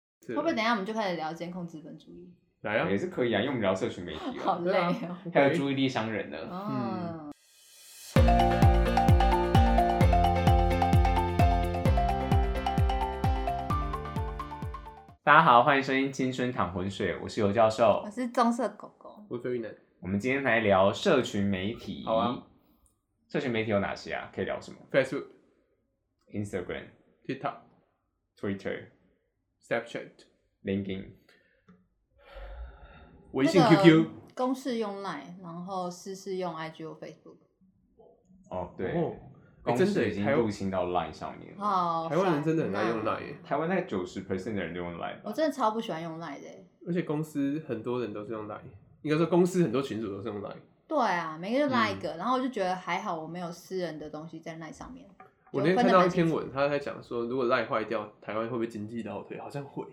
会是不会等一下我们就开始聊监控资本主义？来啊也？是可以啊，因为我们聊社群媒体啊，好 累哦。还有注意力商人呢。嗯哦，大家好，欢迎收听《青春淌浑水》，我是尤教授我。是棕色狗狗，我最难。我们今天来聊社群媒体。好啊。社群媒体有哪些啊？可以聊什么 Facebook、 ？Instagram、 TikTok、 Twitter、 Snapchat、 LinkedIn。微信、那个 QQ，公式用 Line，然后私事用 IG 或 Facebook。哦，对，哦哎公真的司耶已经台湾哦入侵到 Line 上面了。好，台湾人烦真的很爱用那 Line 耶台湾大概九十 percent 的人都用 Line 吧我。真的超不喜欢用 Line 的耶。而且公司很多人都是用 Line，应该说公司很多群主都是用 Line。对啊，每个就拉一嗯个，然后我就觉得还好，我没有私人的东西在 Line 上面。我就那天分看得到蛮一篇清楚，文，他在讲说，如果 Line 坏掉，台湾会不会经济倒退？好像会，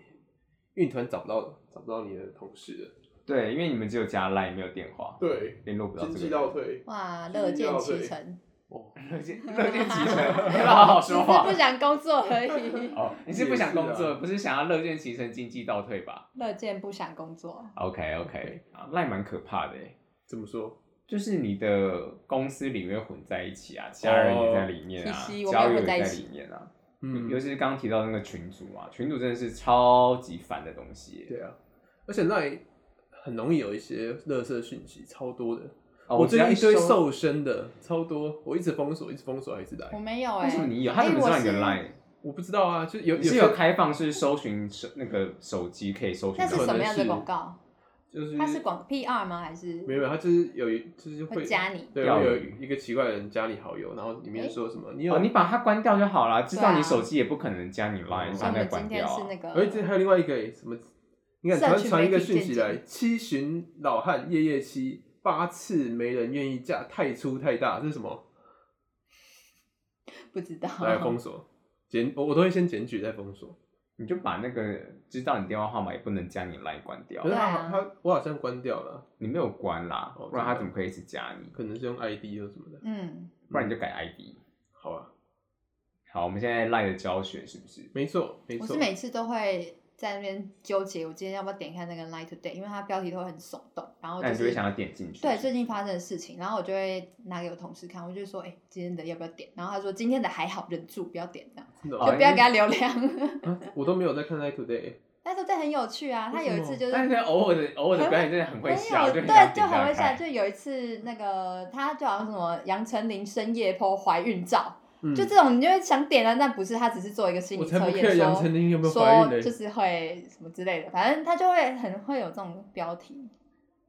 因为你突然找不到找不到你的同事了。对，因为你们只有加 Line 没有电话，对，联络不到这个人。退。哇，经济乐见倒其退 成，哦，乐见乐 见其成，没有好好只说是 话，不。想工作而已哦，你是不想工也是啊作，不是想要乐见其成、经济倒退吧乐见不想工作。 ？OK OK，赖啊蛮可怕的耶，怎么说？就是你的公司里面混在一起啊，家人也在里面啊哦其实，我们交也友混也在一在起里面啊。嗯尤，其是刚刚提到那个群主啊，群主真的是超级烦的东西欸耶。对啊，而且 Line 很容易有一些垃圾讯息，超多的。哦我最近一只要堆一收瘦身的，超多，我一直封锁，一直封锁，还一直我来。没有哎、欸，为什么你有？哎他怎么知道你的我是 Line？我不知道啊，就有你是些有开放是搜寻手那个手机可以搜寻那到是的？什么样可的能是广告？就是它是广 PR 吗？还是没有，没有，他就是有一就是会会加你？对，钓会有鱼一个奇怪的人加你好友，然后里面说什么你有哦，你把它关掉就好啦，知对道啊你手机也不可能加你 Line，哦所以把我它们今关天掉啊是。那个，而且还有另外一个欸什么，你看社传群传一个媒体讯息见解来，七旬老汉夜夜妻，八次没人愿意嫁，太粗太大，这是什么？不知 道。来封锁，检我我都会先检举再封锁。你就把那个知道你电话号码也不能加你 Line 关掉可，是他对好啊他我好像关掉了，你没有关啦哦，不然他真的怎么可以一直加你？可能是用 ID 或什么的。 嗯，不然你就改 ID。好啊，好，我们现在 Line 的教学是不是？没错没我错是。每次都会在那边纠结，我今天要不要点开那个 Line Today，因为它标题都会很耸动，然后那哦就你就会是想要点进去。对最近发生的事情，然后我就会拿给我同事看，我就说，哎、今天的要不要点？然后他说今天的还好，忍住不要点，这样真的就哦哦不要因为给他流量。 啊我都没有在看 Live Today，但是这很有趣啊，他有一次就是但是偶尔的偶尔的表演真的很没会有，笑，就很想对，就点很开会笑。看就有一次，那个他就好像什么杨丞琳深夜 PO 怀孕照，嗯就这种你就会想点了，啊但不是，他只是做一个心我理才测不 care 验杨说丞。琳有没有怀说孕就呢？是会什么之类的，反正他就会很会有这种标题，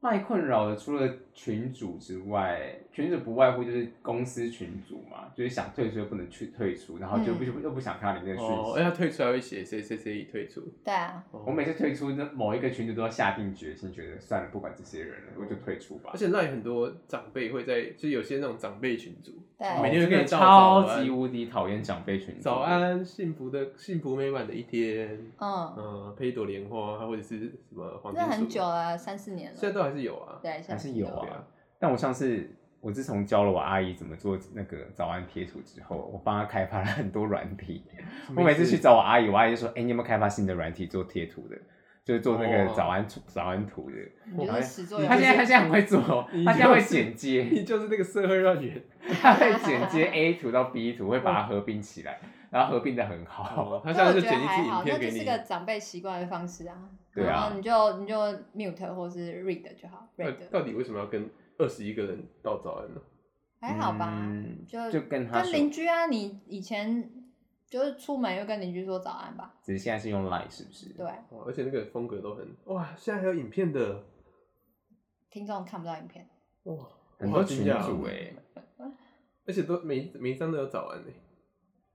卖困扰的除了群主之外，群主不外乎就是公司群主嘛，就是想退出又不能去退出，然后嗯就不、又不想看到里面的讯哦，息。哎，他退出来会写谁谁谁已退出。对啊，哦我每次退出那某一个群主都要下定决心，觉得算了，不管这些人了，我就退出吧而。且那里很多长辈会在，就是有些那种长辈群组，对，啊每天哦会跟你真的道早超安级无敌讨厌长辈群主。早，安，幸福的幸福美满的一天，嗯，呃，配一朵莲花或者是什么黄这金很鼠久，了，三四年现在了，都还是有啊。对，还是有啊对啊但我上次我自从教了我阿姨怎么做那个早安贴图之后，我帮她开发了很多软体。哦我每次去找我阿姨，我阿姨就说：“哎、你有没有开发新的软体做贴图的？就是做那哦个早安、图早安图的。”你就是始作俑者。他现在他现在很会做哦，你他现在会就是剪 接，你就是那个社会乱源，他会剪接 A 图到 B 图，会把它合并起来，然后合并的很好。嗯他但下我次觉就得剪一还支影好，片那就给是你。个长辈习惯的方式啊。对啊然后你就你就 mute 或是 read 就好那，read 到底为什么要跟二十一个人道早安呢？还好吧？嗯就就跟他跟说，邻居啊，你以前就是出门又跟邻居说早安吧？只是现在是用 Line 是不是？对，哦，而且那个风格都很哇，现在还有影片的听众看不到影片，哇，很我好多惊群讶哦主哎，而且都每每一张都有早安呢。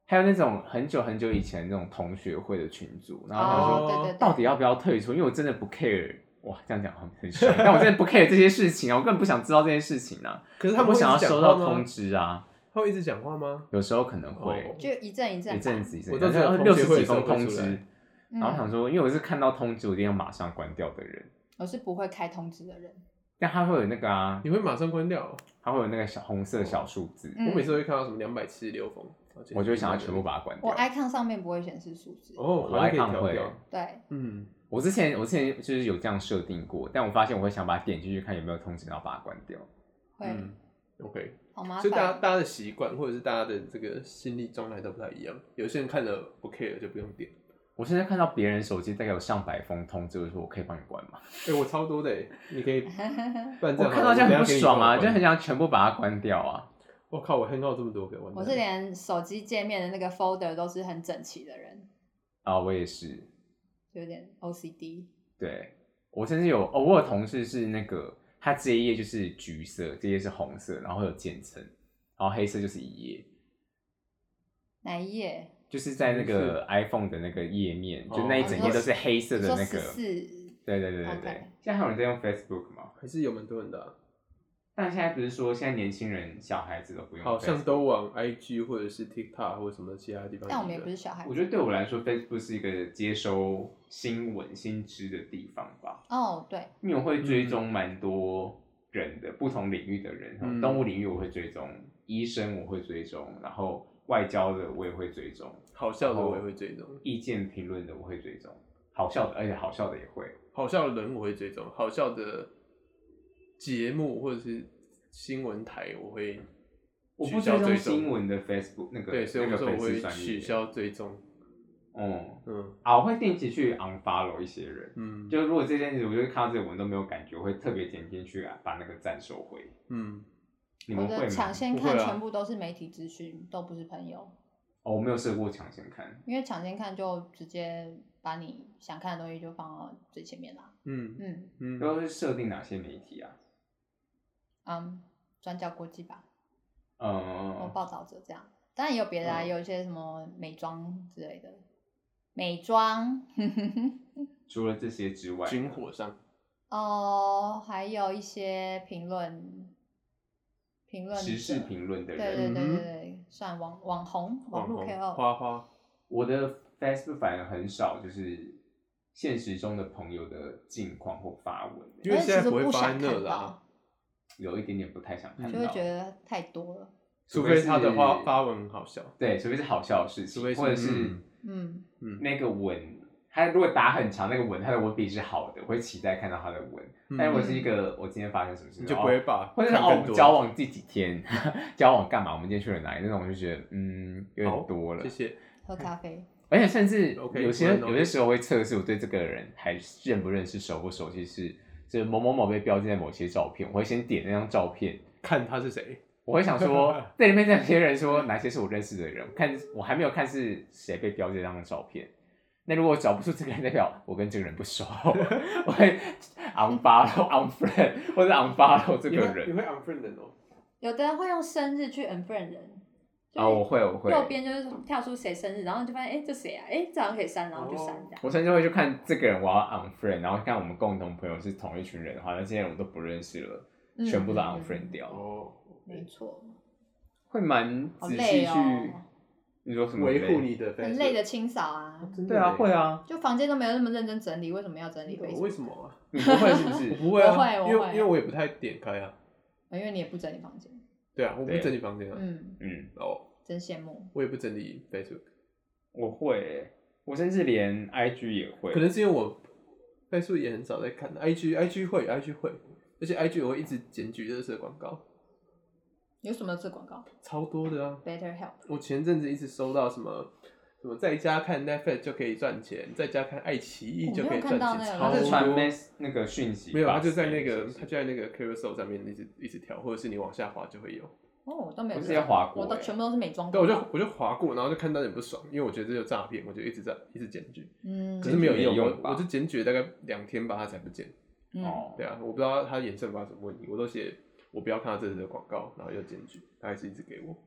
还有那种很久很久以前那种同学会的群组，然后他想说哦，对对对，到底要不要退出，因为我真的不 care。哇，这样讲很很凶，但我真的不 care 这些事情啊，我根本不想知道这些事情啊，可是 我他不们想要会一直收讲到话吗通，知啊，他会一直讲话吗？有时候可能会哦。就一阵一阵吧，一阵子一阵我都子，只有然后同六学十会几的时候封会通出知来，嗯，然后想说，因为我是看到通知，我一定要马上关掉的人。我是不会开通知的人，但它会有那个啊你，会马上关掉哦。它会有那个小红色小数字，嗯我每次都会看到什么两百七十六封，我就会想要全部把它关嗯我掉。 icon 上面不会显示数字，哦，我好像可以 icon 调会掉。对，嗯，我之前我之前就是有这样设定过，但我发现我会想把它点进去看有没有通知，然后把它关掉。会、嗯，OK。好麻所以大家烦。大家的习惯或者是大家的这个心理状态都不太一样，有些人看了不 care 就不用点。我现在看到别人手机大概有上百封通知，我就说我可以帮你关吗？哎、我超多的欸，你 可以办这我样好了。看到这样很不爽啊，就很想。想全部把它关掉啊。我靠，我看到这么多个，完蛋我是连手机界面的那个 folder 都是很整齐的人，啊，我也是，有点 OCD。对我甚至有哦，我有同事是那个他这一页就是橘色，这一页是红色，然后会有渐层，然后黑色就是一页，哪一页？就是在那橘个色 iPhone 的那个页面，就哦那一整页都是黑色你的说那十个。四？对对对对 OK 对。现在还有人在用 Facebook 吗？还是有蛮多人的啊、但现在不是说现在年轻人小孩子都不用 Facebook，好像都往 IG 或者是 TikTok 或者什么其他地方移了。但我们也不是小孩我。觉得对我来说，Facebook 是一个接收新闻新知的地方吧，哦，对，因为我会追踪蛮多人的、不同领域的人，嗯动物领域我会追踪，医生我会追踪，然后外交的我也会追踪，好笑的哦我也会追踪，意见评论的我会追踪，好笑的，而且好笑的也会。好笑的人我会追踪，好笑的节目或者是新闻台我会我取不追消踪踪新，闻的 Facebook 那个对，所以那我个说我粉丝会专业取。消追踪。嗯，嗯啊，我会定期去 unfollow 一些人。嗯就如果这件事，我就看到这个文都没有感觉，我会特别点进去啊，把那个赞收回。嗯，你我们会的吗抢？先不会看啊全部都是媒体资讯，都不是朋友，哦，我没有试过抢先看。因为抢先看就直接把你想看的东西就放到最前面啦。嗯嗯嗯，都是设定哪些媒体啊？嗯，转角国际吧，或嗯，报道者这样，当然也有别的啊，哦嗯有一些什么美妆之类的，美妆， 除了这些之外，军火商，哦，还有一些评论，评论时事者，评论的对对对人，对嗯哼对，算网网红，网网络红嗯 KOL，花花，我的 Facebook 反而很少，就是现实中的朋友的近况或发文，欸因为而且现在其实不会不发想在那看了啊到，有一点点不太想看就会到觉。得太多了，除非他的除非花是发文很好笑。对，除非是好笑的事情，除非是或者是嗯嗯，那个文，他如果打很长，那个文他的文笔是好的，我会期待看到他的文。但如果我是一个哎我今天发生什么嗯事，你就不会把哦或者是看哦，更我们多交往第几天， 交往干嘛？我们今天去了哪里？那种我就觉得嗯有好点多了哦谢，谢。喝咖啡，而且甚至 OK，有我些认同有些时候会测试我对这个人还认不认识、熟不熟悉是。就是某某某被标记在某些照片，我会先点那张照片，看他是谁，我会想 说这里面这些人说哪些是我认识的人，看我还没有看是谁被标记这张照片。那如果找不出这个人，代表我跟这个人不熟，我会 unfollow unfriend 或者 unfollow 这你个会人你。会 unfriend 人哦。有的人会用生日去 unfriend 人，就啊、是我会，我会。右边就是跳出谁生日，然后你就发现哎、这谁啊？哎、这好像可以删，然后就删哦这样。我甚至会去看这个人，我要 unfriend，然后看我们共同朋友是同一群人的话，那这些人我都不认识了，嗯全部都嗯 unfriend 嗯掉，哦，没错，会蛮好仔累细去、哦你说什么维护累？你的很 Facebook 累的清扫啊，哦真的对啊，嘞会。啊，就房间都没有那么认真整理，为什么要整理真的 Facebook？为什么啊？ 你不会是不我是？不会啊，我会因我会为因为我也不太点开啊。呃因为你也不整理房间，对啊，我不对整理房间啊。嗯，嗯，哦，真羡慕。我也不整理 Facebook，我会欸，我甚至连 IG 也会，可能是因为我 Facebook 也很少在看，IG 啊 IG 会 IG 会，而且 IG 我会一直检举热色广告，有什么这广告超多的啊。 ？Better Help，我前阵子一直收到什么什么在家看 Netflix 就可以赚钱，在家看爱奇艺就可以赚我没有看到那钱，个他超是多传 mess 那个讯息，没有，他就在那个他他就在那个 Carousel 上面一直一直跳，或者是你往下滑就会有。哦，我都没有我这之种，前划过我都欸全部都是美妆对，广我告。就我就划过，然后就看到很不爽，因为我觉得这有诈骗，我就一直在一直检举，嗯，可是没有没用用，我吧我就检举了大概两天吧，他才不见。嗯，哦对，啊，我不知道他衍生发生什么问题，我都写我不要看到这里的广告，然后又检举，他还是一直给我。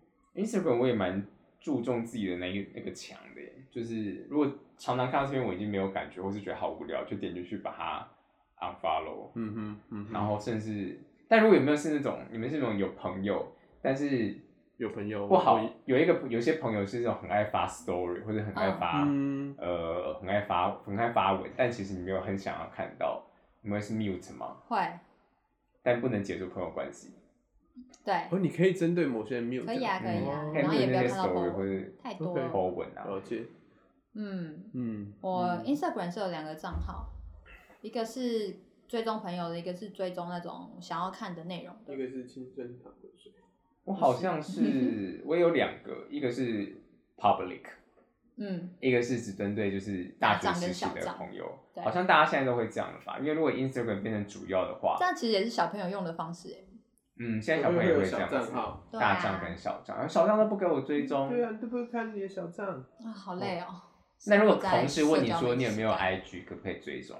Instagram 我也蛮注重自己的那一那个墙的耶，就是如果常常看到这边我已经没有感觉，或是觉得好无聊，就点进去把它 unfollow，、嗯哼，嗯哼，然后甚至，但如果有没有是那种你们是那种有朋友，但是有朋友不好我，有一个有些朋友是那种很爱发 story 或者很爱发、嗯，呃很爱发很爱发文，但其实你没有很想要看到，你们会是 mute 吗？会，但不能解除朋友关系，对，哦，你可以针对某些人 mute 可以啊，的可以啊嗯，可以然后也 mute 不要那些看到 story 朋或友，是太多 OK 了。 po 文啊，哦了解，嗯，嗯，我嗯 Instagram 是有两个账号，一个是追踪朋友的，一个是追踪那种想要看的内容的一。个是清蒸糖水。我好像是我有两个，一个是 public，嗯，一个是只针对就是大学时期大账跟的小账朋友，对好像大家现在都会这样了吧？因为如果 Instagram 变成主要的话这，样其实也是小朋友用的方式欸。嗯，现在小朋友也有会这小样账子，号，对大账啊跟，小账，而小账都不给我追踪。对啊，你都不会看你的小账，啊，好累哦。那如果生活在同事问你社交说媒你体有没有时代 IG，可不可以追踪？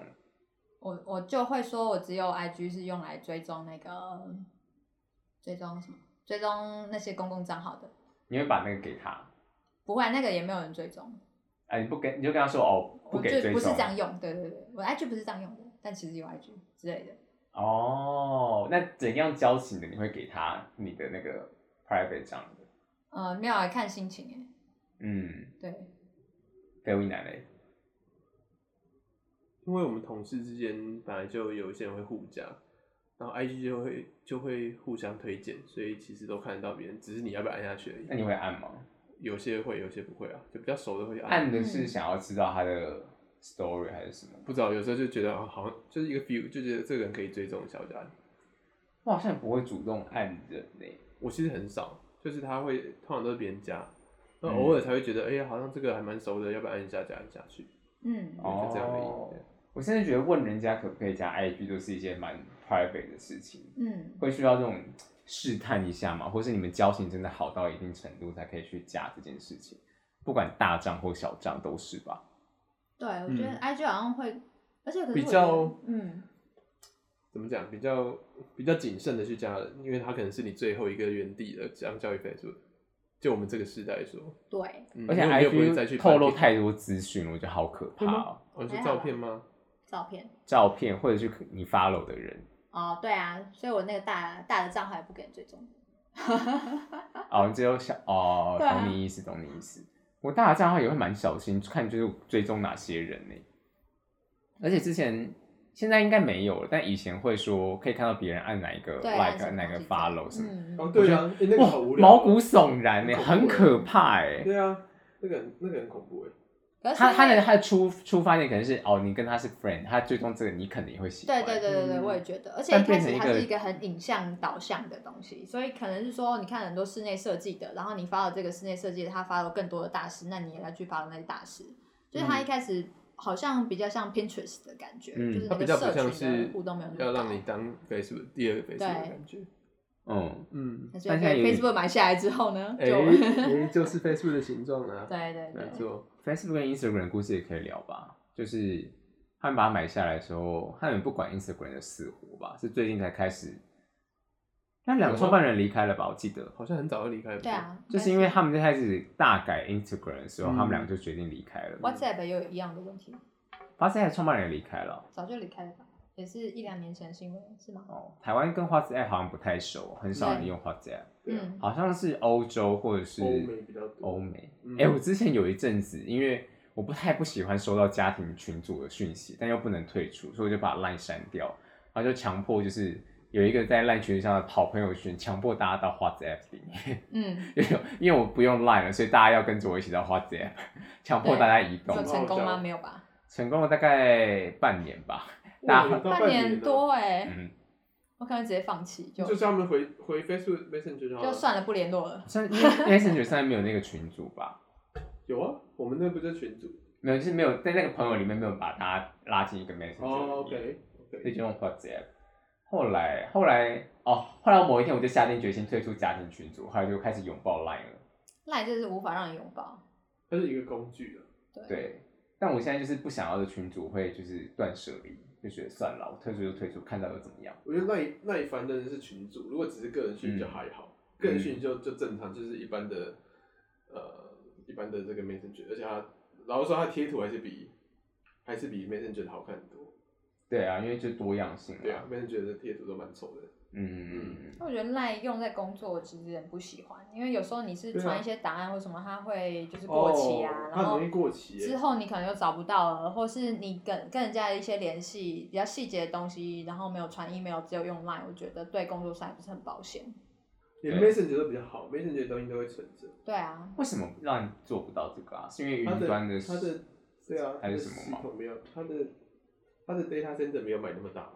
我我就会说，我只有 IG 是用来追踪那个追踪什么，追踪那些公共账号的。你会把那个给他？不会，啊那个也没有人追踪，哎，你不给你就跟他说哦，我给就追不是踪这。样用。对对对，我 IG 不是这样用的，但其实有 IG 之类的。哦，那怎样交情的你会给他你的那个 private 账的？呃，没有啊看心情哎。嗯，对，非为难嘞。因为我们同事之间本来就有一些人会互加，然后 IG 就会就会互相推荐，所以其实都看得到别人，只是你要不要按下去而那已。你会按吗？有些会，有些不会啊，就比较熟的会按。按的嗯是想要知道他的 story 还是什么？不知道，有时候就觉得哦好像就是一个 feel，就觉得这个人可以追踪小家。我好像不会主动按人嘞。我其实很少，就是他会通常都是别人加，那嗯偶尔才会觉得，哎、呀，好像这个还蛮熟的，要不要按一下加一下去？嗯，就这样而已哦我现在觉得问人家可不可以加 IG 都是一件蛮 private 的事情，嗯，会需要这种试探一下嘛，或是你们交情真的好到一定程度才可以去加这件事情，不管大账或小账都是吧。对，我嗯觉得 IG 好像会，而且可是比我觉得较嗯，怎么讲？比较比较谨慎的去加人，因为他可能是你最后一个原地的，相较于 Facebook，就我们这个时代来说，对，嗯、而且因为我们又不会再去 IG 透露翻太多资讯，我觉得好可怕会吗哦。哦，你说照片吗？照片照片或者是你 follow 的人哦，对啊，所以我那个大大的账号也不给人追踪。哦，你只有想哦，对啊懂你意思，懂你意思。我大的账号也会蛮小心，看就是追踪哪些人呢、而且之前现在应该没有了，但以前会说可以看到别人按哪一个对按 like，什么按哪个东西 follow 什么，嗯，哦，嗯对啊，哎那个哇好无，聊，毛骨悚然呢、很很恐怖可怕哎、对啊，那个那个很恐怖哎。可是他他因为的他的出出发点可能是哦，你跟他是 friend，他追踪这个你肯定会喜欢。对对对对对，嗯我也觉得，而且但一开变成始一它个是一个很影像导向的东西，所以可能是说，你看很多室内设计的，然后你发了这个室内设计的，他发了更多的大师，那你也要去发了那些大师，就是他嗯一开始好像比较像 Pinterest 的感觉，嗯就是它那比个较不社像群是的互动没有那要么让高你。当 Facebook 第二个 Facebook 的对感觉，嗯，嗯，那所以但现在被有点 Facebook 买下来之后呢，哎、就、 哎就是 Facebook 的形状 啊，对对没对，错， Facebook 跟 Instagram 的故事也可以聊吧，就是他们把它买下来的时候，他们不管 Instagram 的死活吧，是最近才开始。那两个创办人离开了吧？我记得，好像很早就离开了，对，啊，就是因为他们在开始大改 Instagram 的时候，嗯他们两个就决定离开了。 WhatsApp 也有一样的问题，发现创办人离开了早就离开了吧，也是一两年前的新闻是吗？哦。台湾跟 WhatsApp 好像不太熟，很少人用 WhatsApp，对啊嗯，好像是欧洲或者是欧美比较多欧美嗯哎、我之前有一阵子，因为我不太不喜欢收到家庭群组的讯息，但又不能退出，所以我就把 LINE 删掉，然后就强迫就是有一个在 LINE 群上的好朋友圈，强迫大家到 WhatsApp 里面， 嗯，因为因为我不用 LINE 了，所以大家要跟着我一起到 WhatsApp，强迫大家移动有。成功好吗？久没有吧，成功了大概半年吧，大哇有到半年了多哎、嗯，我可能直接放弃，就就叫他们回回 Facebook Messenger 就好了就算了，不联络了。像 因为 Messenger 上面没有那个群组吧，有啊，我们那不就群组没有就是没有在那个朋友里面没有把大家拉进一个 Messenger 哦里面，OK 所以 OK，就用 WhatsApp。后来，后来，哦，后来某一天我就下定决心退出家庭群组，后来就开始拥抱 Line 了。赖就是无法让你拥抱，它是一个工具啊，对，对，但我现在就是不想要的群组会就是断舍离，就觉得算了，我退出就退出，看到又怎么样？我觉得耐耐烦的人是群组，如果只是个人讯就嗯还好，个人讯就就正常，就是一般的呃一般的这个 Messenger，而且它老实说它贴图还是比还是比 Messenger 好看很多，对啊，因为就多样性对啊，，别人觉得贴图都蛮丑的。嗯，我觉得赖用在工作，我其实有点不喜欢，因为有时候你是对啊传一些档案或什么，它会就是过期啊，哦它然很后容易过期耶。之后你可能又找不到了，或是你跟跟人家的一些联系比较细节的东西，然后没有传 email，只有用 line，我觉得对工作上也不是很保险。连对 Messenger 都比较好，Messenger 的东西都会存着。对啊，为什么让你做不到这个啊？是因为它云的端它的对啊，它还的是什系么吗？统没有它的它的 data center 没有买那么大吧？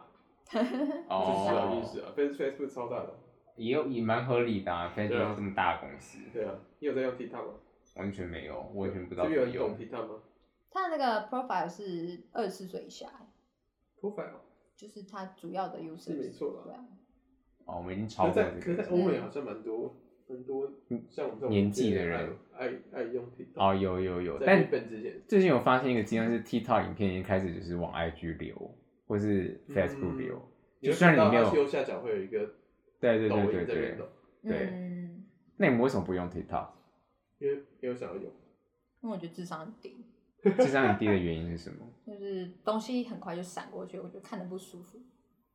就是小意哦，思啊，Face Facebook 超大的。也也有也蛮合理的啊对啊，Facebook 是这么大的公司，对啊，你有在用 TikTok 吗？完全没有，我完全不知道这怎边有么人懂用。 TikTok 吗他的那个 profile 是二十四岁以下， ？Profile 就是他主要的 user 是没错啦对啊，哦，我们已经可超是过在可这是在个嗯欧美好像蛮多蛮多像我们这种年纪的人爱爱爱用 TikTok。哦，有有有，在但日本之前，最近有发现一个经验是 TikTok 影片已经开始就是往 IG 流，或是 Facebook 嗯流，你就会虽看然你到没有它右下角会有一个对对抖对音对在那边对抖，，对嗯，那你们为什么不用 TikTok？因为没有想要用。因为我觉得智商很低，智商很低的原因 是什么？就是东西很快就闪过去，我觉得看的不舒服，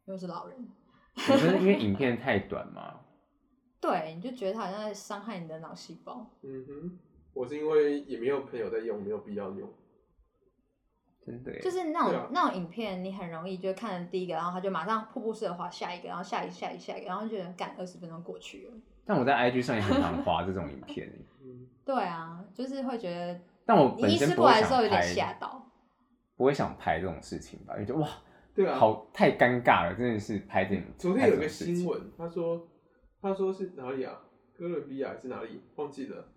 又是老人，你是因为影片太短吗？对，你就觉得他好像在伤害你的脑细胞。嗯哼，我是因为也没有朋友在用，没有必要用。真的耶，就是那种、对啊那种影片，你很容易就看了第一个，然后他就马上瀑布式的滑下一个，然后下一个下一个下一个，然后就觉得赶二十分钟过去了。但我在 IG 上也很常滑这种影片耶，欸嗯，对啊，就是会觉得但我你本意身识不过会来的时候有想点吓拍，到。不会想拍这种事情吧？因为就哇，对啊。嗯好太尴尬了，真的是拍这种。昨拍天这有一种个事新情，闻，他说他说是哪里啊？哥伦比亚还是哪里？忘记了。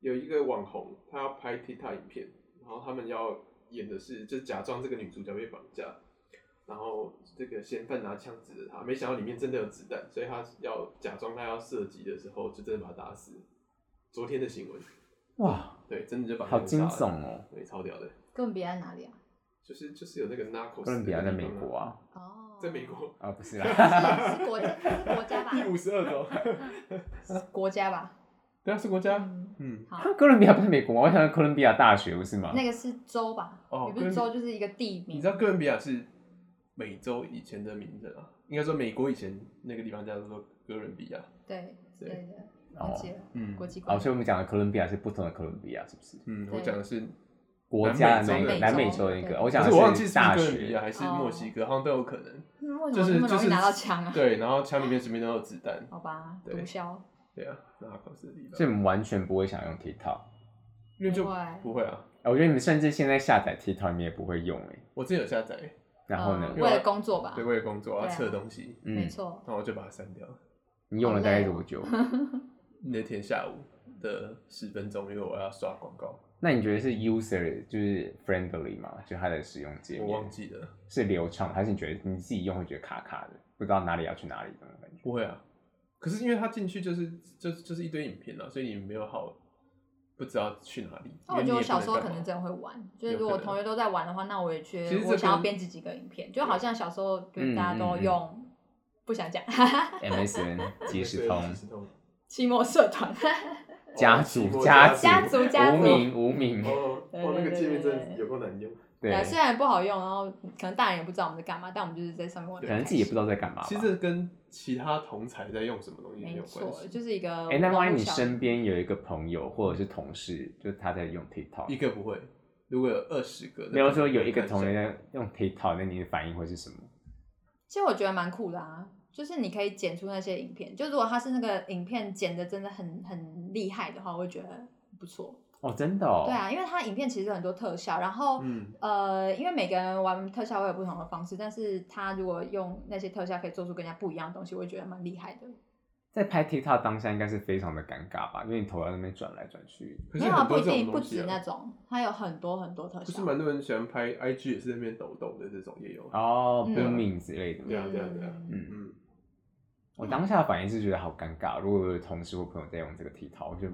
有一个网红，他要拍 TikTok 影片，然后他们要演的是，就假装这个女主角被绑架，然后这个嫌犯拿枪指着她，没想到里面真的有子弹，所以他要假装他要射击的时候，就真的把他打死。昨天的新闻，哇，对，真的就把他好给惊杀了悚，哦！对，超屌的，哥伦比亚在哪里啊？就是就是有那个 Narcos，哥伦比亚在那个美地方啊国，啊，哦，在美国 啊不是是啦， 是国家是国家吧？第五十二州，是国家吧？对啊，是国家，嗯，嗯，好，啊哥伦比亚不是美国吗？我想到哥伦比亚大学不是吗？那个是州吧？哦也不是州，就是一个地你名知。道哥伦比亚是美洲以前的名字啊？应该说美国以前那个地方叫做哥伦比亚。对对对对，了哦解了嗯国际哦，关系所以我们讲的哥伦比亚是不同的哥伦比亚，是不是？嗯，对我讲的是，国家的南美洲的那个南美洲的那对个，我可讲是我忘的记是大哥伦比亚学，还是墨西哥，好像都有可能。嗯为就什是么那么就容易是拿到枪啊？对，然后枪里面随便都有子弹。 好吧，对毒枭对啊，那考试的地所方，以我们完全不会想用 TikTok。因为就不会不会啊。哎我觉得你们甚至现在下载 TikTok 你也不会用哎，我之前有下载，然后呃呢因，为了工作吧对，，为了工作要对啊测东西，没哦嗯，错。然后我就把它删掉了。你用了大概 多久？那天下午的十分钟，因为我要刷广告，那你觉得是 user 就是 friendly 吗？就它的使用界我忘面记了。是流畅，还是你觉得你自己用会觉得卡卡的，不知道哪里要去哪里那种感觉？不会啊，可是因为他进去就是就是就是一堆影片啊，所以你没有好不知道去哪里。那我觉得我小时因候为可你也不干能真嘛的会玩，就是有可如果能同学都在玩的话，那我也其实去，这我想要跟编辑几个影片，就好像小时候就是大家都嗯嗯嗯用，不想讲，MSN 即时通即、时通，期末社团、家寂族、寞家族家族、家族，无名、无名，哦，对哦，那个对界面真对的对有够难用。对啊，对，虽然不好用，然后可能大人也不知道我们在干嘛，但我们就是在上面玩得可很能开心，自己也不知道在干嘛吧。其实跟其他同才在用什么东西没没有关错，系，就是一个哎、那网万络一你小身边有一个朋友或者是同事，就是他在用一 TikTok，个不会。如果有二十个，没有说有一个同学学，在用 TikTok，那你的反应会是什么？其实我觉得蛮酷的啊，就是你可以剪出那些影片，就如果他是那个影片剪的真的很很厉害的话，我会觉得不错。哦，真的哦，对，啊，因为它影片其实有很多特效，然后、嗯呃，因为每个人玩特效会有不同的方式，但是他如果用那些特效可以做出跟人家不一样的东西，我会觉得蛮厉害的。在拍 TikTok 当下应该是非常的尴尬吧，因为你头在那边转来转去，可没是有啊，很不多一这种定不东西止啊那种，它有很多很多特不是效。蛮多人喜欢拍 IG 也是在那边抖抖的这种也有。哦嗯，booming 之类的。对啊对啊对啊嗯嗯嗯，我当下的反应是觉得好尴尬，如果我有同事或朋友在用这个 TikTok，我就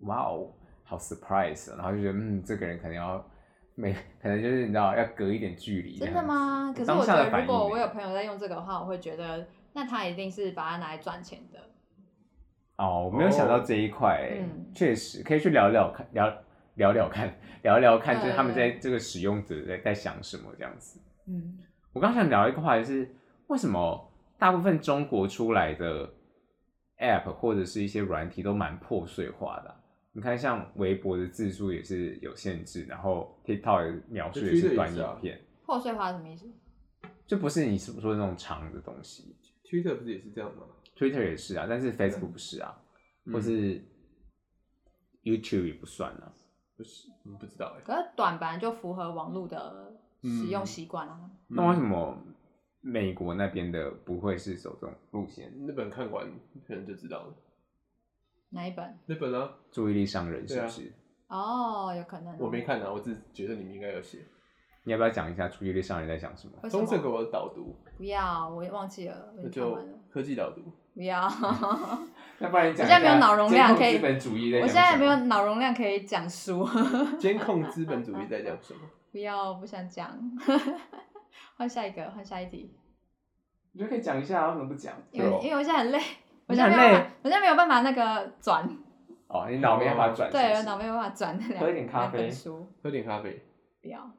哇哦，好 surprise，哦然后就觉得嗯，这个人可能要每可能就是你知道要隔一点距离。真的？吗？可是当我下觉的得如反果应我有欸朋友在用这个的话，我会觉得那他一定是把它拿来赚钱的。哦，我没有想到这一块、欸嗯确、实可以去聊聊看，聊聊聊看，聊聊看，就是他们在对这个使用者在在想什么这样子。嗯，我刚想聊一个话题是，为什么大部分中国出来的 App 或者是一些软体都蛮破碎化的啊、你看，像微博的字数也是有限制，然后 TikTok 的描述也是啊短影片，破碎化是什么意思？就不是你是说那种长的东西。 Twitter 不是也是这样吗？ Twitter 也是啊，但是 Facebook 不是啊，或是 YouTube 也不算啊。不是，嗯不知道哎、可是短本来就符合网络的使嗯用习惯啊。那为什么美国那边的不会是走这种路线？那本看完可能就知道了。哪一本？那本啊，注意力商人是对不啊是？哦，有可能哦。我没看啊，我只是觉得你们应该有写。你要不要讲一下注意力商人在想什么？为什中正给么。我导读，不要，我也忘记了，我那已经看就完了。科技导读。不要， 我要不然你讲一下我现在没有脑容量可以资本主义在现在没有脑容量可以讲书。监控资本主义在讲什么？不要，不想讲。换下一个，换下一题。你就可以讲一下，为什么不讲？因为因为我现在很累，我哦你现在很没有办累法，我现在没有办法那个转，哦，你脑没办法转。对，是我不是脑没有办法转那两喝一点咖啡两本书。喝点咖啡。不要，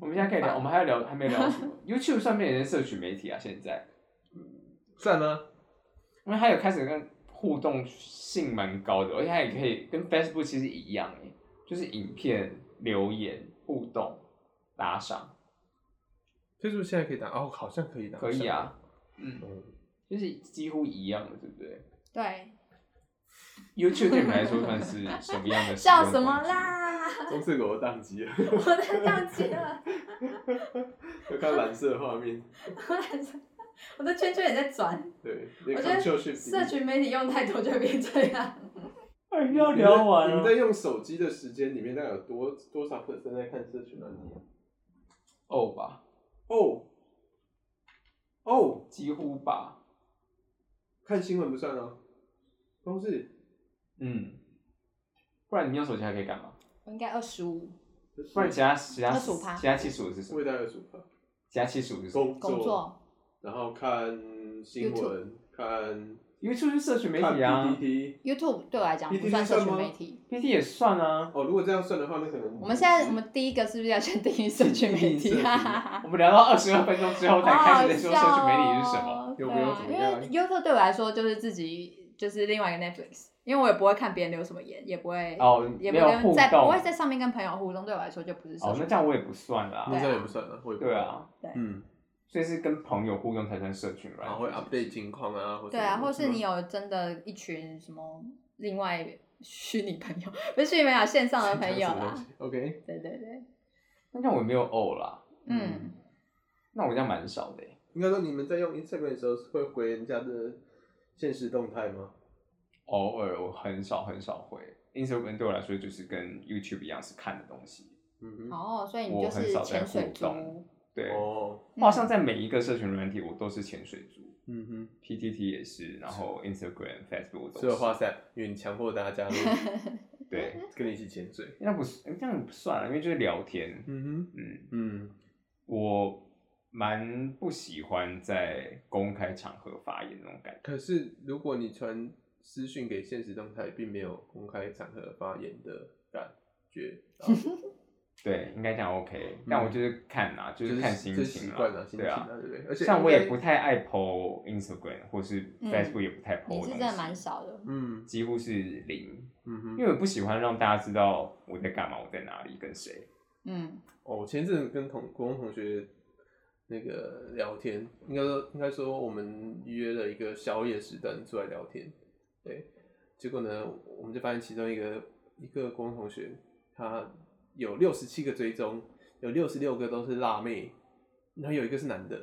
我们现在可以聊，我们还要聊，还没聊什么？YouTube 算不算也是社群媒体啊？现在，算啊，因为它有开始跟互动性蛮高的，而且它也可以跟 Facebook 其实一样诶，就是影片、留言、互动、打赏，就是现在可以打哦，好像可以打。可以啊。嗯，嗯。就是几乎一样的，对不对对， ？YouTube 对你们来说算是什么样 的？笑什么？啦？ 棕色狗宕机了，我在宕机了， 有看蓝色的画面。我在我的圈圈也在转。对，我那觉 Ctrl 得 Shift 社群媒体用太多就会变这样。哎，你要聊完 你了们。在用手机的时间里面，大概有多多少 percent 在看社群软体？啊哦吧，哦哦，几乎吧。看新闻不算哦，都是嗯，不然你用手机还可以干嘛？我应该二十五，不然其嗯他其他25%其他七十五是什么未？大二十五其他七十五是什么工工作然后看新闻，看？YouTube 是社群媒看体啊 PPT。 YouTube 对我来讲你不算社群媒体。 ，PT 也算啊。哦，如果这样算的话，那可嗯能嗯我们现在我们第一个是不是要先定义社群媒定义社体？ 群哈哈哈。 我们聊到二十二分钟之后才开始在说社群媒体是什好好笑么。哦有没有怎么对样啊因为 YouTube 对我来说就是自己就是另外一个 Netflix，因为我也不会看别人留什么言，也不会、哦，啊也没不有会互在不动。会在上面跟朋友互动，对我来说就不是社哦，群那这样我也不算啦。那这样也不算了，会对，啊，嗯，所以是跟朋友互动才算社群然软后体。会 update 情况啊，或对啊，嗯什么或是你有真的一群什么另外虚拟朋友，不是虚拟朋友，线上的朋友啊什么东啦西，，OK，对对对，那这样我也没有哦啦。嗯，那我这样蛮少的欸。应该说你们在用 Instagram 的时候会回人家的现实动态吗？偶尔我很少很少会。Instagram 对我来说就是跟 YouTube 一样是看的东西。嗯哼，哦，所以你我就很是少在潜互水族，动对，哦，我好像在每一个社群软体我都是潜水族嗯哼。 ，PTT 也是，然后 Instagram、Facebook 我都所以是。话塞，因为你强迫大 家加入，嗯对，跟你一起潜水。那不是这样不算啊了，因为就是聊天。嗯嗯，哼，嗯，我蛮不喜欢在公开场合发言那种感觉。可是如果你传私讯给现实动态，并没有公开场合发言的感 觉，啊对，应该这样 OK。但我就是看啊，就嗯就是看心就是情习啦惯了，心对情啊啊，。对不对？而且像我也不应该，太爱 po Instagram 或是嗯 Facebook，也不太你 po 东是西真的蛮少的，嗯几乎是零，嗯哼，因为我不喜欢让大家知道我在干嘛，我在哪里，跟谁。嗯，哦，我前阵子跟同国中同学那个聊天，应该说应该说我们约了一个宵夜时段出来聊天，对，结果呢，我们就发现其中一个一个国中同学，他有六十七个追踪，有六十六个都是辣妹，然后有一个是男的，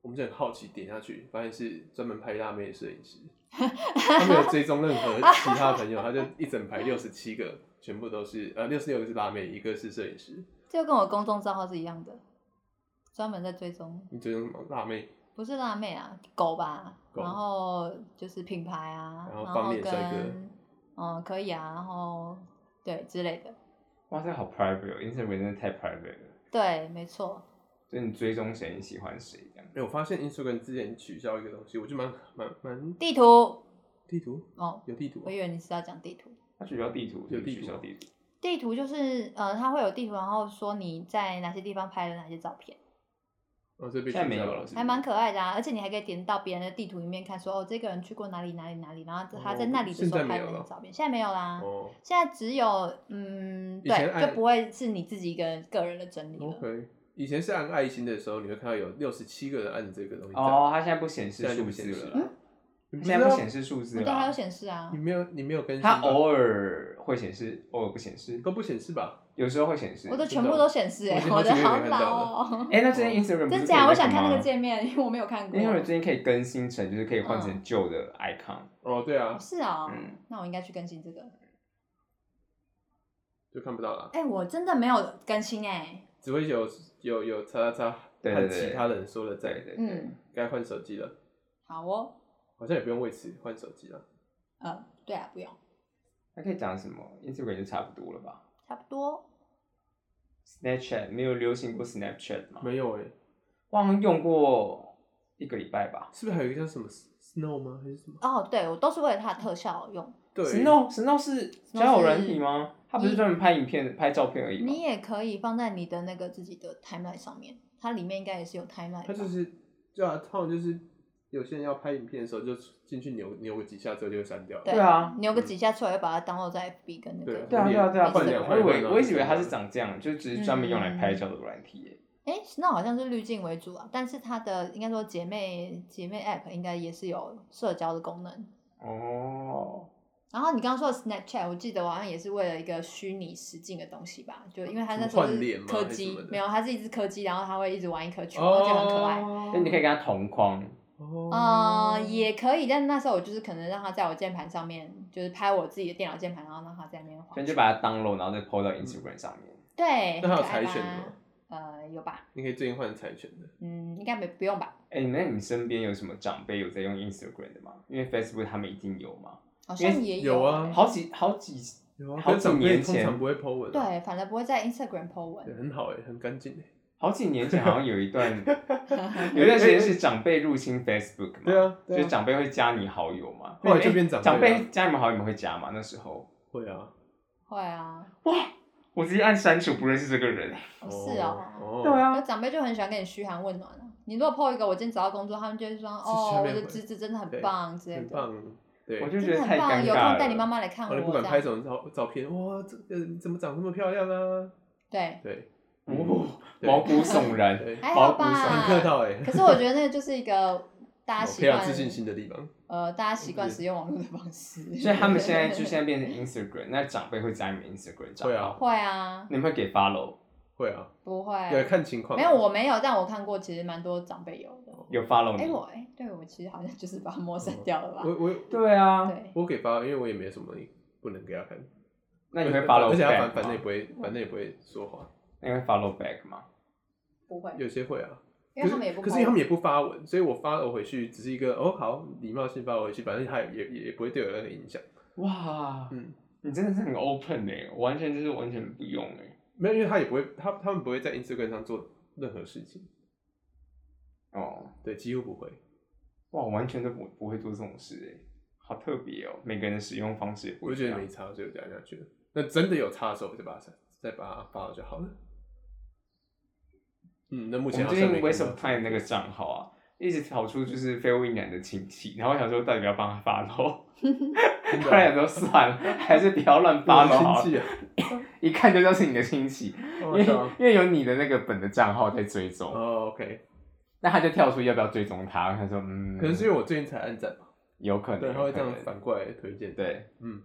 我们就很好奇点下去，发现是专门拍辣妹的摄影师，他没有追踪任何其他朋友，他就一整排六十七个，全部都是呃六十六个是辣妹，一个是摄影师。就跟我公众账号是一样的，专门在追踪，你追踪什么辣妹？不是辣妹啊，狗吧，狗然后就是品牌啊，然然后方后脸帅哥跟嗯可以啊，然后对之类的，哇，这个好 private 哦，Instagram 真的太 private 了。对，没错，就你追踪谁，你喜欢谁这样。哎、我发现 Instagram 之前取消一个东西，我就蛮蛮蛮地图地图哦，有地图啊我以为你是要讲地图。他取消地图，有就地取图啊消吗地图。地图就是，呃，它会有地图，然后说你在哪些地方拍了哪些照片，哦，这被现在取没消有了了，是不还是蛮可爱的啊，而且你还可以点到别人的地图里面看说，哦，这个人去过哪里哪里哪里，然后他在那里的时哦现候在没拍有的了照片，现在没有啦，哦现在只有嗯，以前哦对，按就不会是你自己一个人个人的整理了。 ，OK。以前是按爱心的时候，你会看到有六十七个人按着这个东西。哦，，它现在不显现示在就数不字显示了啦，嗯你不现知在不道显示数字对，了还有啊。显示啊你，没有你没有更新吧，它偶尔会显示，偶尔不显示，都不显示吧？有时候会显示。我的知全部道都显示、我已欸，经我好的久没有好看到老 哦，哎，那最近 Instagram 不真是可以假？啊我个想看那吗个界面，因为我没有看过。因为我最近可以更新成，就是可以换成嗯旧的 icon，、哦，对啊，是啊、嗯那我应该去更新这个。就看不到了，哎、我真的没有更新哎、只会有有有叉叉叉对和对对其他人说了对在，对对，嗯，该换手机了，好哦，好像也不用为此换手机了。呃，对啊，不用，还可以讲什么？Instagram 就差不多了吧差不多。 ？Snapchat 没有流行过 Snapchat 吗？没有哎、我好像用过一个礼拜吧。是不是还有一个叫什么 Snow 吗？还是什么？哦，对，我都是为了它的特效用。对 Snow Snow 是交友软体吗？它不是你专门拍影片、拍照片而已吗你？也可以放在你的那个自己的 timeline 上面，它里面应该也是有 timeline 它就吧。是对啊，他们就是有些人要拍影片的时候，就进去扭扭个几下之后就会删掉了。对啊扭个几下出来，又把它 download 在 FB 跟那对个啊。对啊对啊对啊，不换然掉我以换为掉我一直以为它是长这样，就只是专门用来嗯拍照的软体耶。哎、那好像是滤镜为主啊，但是它的应该说姐妹姐妹 app 应该也是有社交的功能。哦，然后你刚刚说的 Snapchat，我记得我好像也是为了一个虚拟实境的东西吧，就因为它那时什么候换是脸吗柯还是什基么的，没有，它是一只柯基，然后它会一直玩一颗球，然哦，后就很可爱。那你可以跟它同框，呃，哦，也可以，但那时候我就是可能让它在我键盘上面，就是拍我自己的电脑键盘，然后让它在那边滑所以。你就把它 download，然后再 po 到 Instagram 上面。对，那它有很可柴爱犬的吧吗？呃，有吧？你可以最近换柴犬的。嗯，应该没不用吧？哎、那你身边有什么长辈有在用 Instagram 的吗？因为 Facebook 他们一定有嘛，好因为像也有啊欸好几好几有啊，好可是几长辈年通前常不会 po 文、啊。对，反而不会在 Instagram po 对，文。很好哎、很干净哎。好几年前好像有一 段有一段时间是长辈入侵 Facebook 嘛，对啊对啊就是长辈会加你好友嘛，后来就哎变长长辈了辈加你们好友，你们会加吗？那时候会啊。 会啊，哇，我直接按删除，不认识这个人。哦是啊。哦。对可啊，是长辈就很喜欢跟你嘘寒问暖啊。你如果 PO 一个我今天找到工作，他们就会说哦，下我面的回侄子真的很对棒之类很的，棒。对。我然就觉真得的太很尴尬棒。了。有空带你妈妈来看后我，哦你不管这拍样什么照照片，哇，这个人怎么长这么漂亮啊？对，对，哦，对毛骨 悚然。对，还好包谷上很吧。客套哎、可是我觉得那个就是 一个大家我哦习培养惯自信心的地方。呃，大家习惯是使用网络的方式。所以他们现在就 现在变成 Instagram，那长辈会加你们 Instagram 账会号啊，会啊，你们会给 follow 会啊，不对，会，看情况。没有我没有，但我看过，其实蛮多长辈有的。有 follow 哎，你？我哎，对我其实好像就是把它 抹删掉了吧嗯我。我对啊，对，我给发，因为我也没什么不能给他看。那你会而且 follow 而且他 back 反反正也吗？不会，反正也不会说话。那你会 follow back 吗？不会，有些会啊，因为他们也不可是可是因为他们也不发文，所以我发了回去只是一个哦好礼貌性发回去，反正他也也也也不会对我有任何影响。哇，嗯，你真的是很 open 哎、我完全就是完全不用哎、没有，因为他也不会，他他们不会在 Instagram 上做任何事情，哦，对，几乎不会。哇，我完全都不不会做这种事哎、好特别哦、每个人的使用方式也不我一就觉得样没差，所以我讲下去了。那真的有差的时候，我就把它删再把它发了就好了。嗯，那目我前们好最像近没 Waste 看 of 到 Time 那个账号啊，一直跑出就是非威男的亲戚，然后我想说到底要不要帮他发漏，真的 后来想说算了，还是不要乱发漏好啊亲了，戚啊， 一看就知道是你的亲戚，因哦为是吗因为有你的那个本的账号在追踪，哦，OK，那他就跳出要不要追踪他，他说嗯，可能是因为我最近才按赞吧，有可能，对，他会这有样可能反过来推荐。，对。嗯，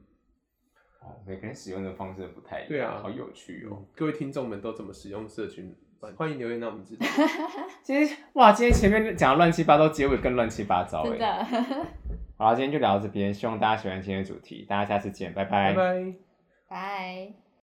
哦，每个人使用的方式不太一样，对啊好有趣哦。各位听众们都怎么使用社群？欢迎留言让我们知道。今天哇，今天前面讲的乱七八糟，结尾更乱七八糟真哎。的。 好啦，今天就聊到这边，希望大家喜欢今天的主题，大家下次见，拜拜拜。拜。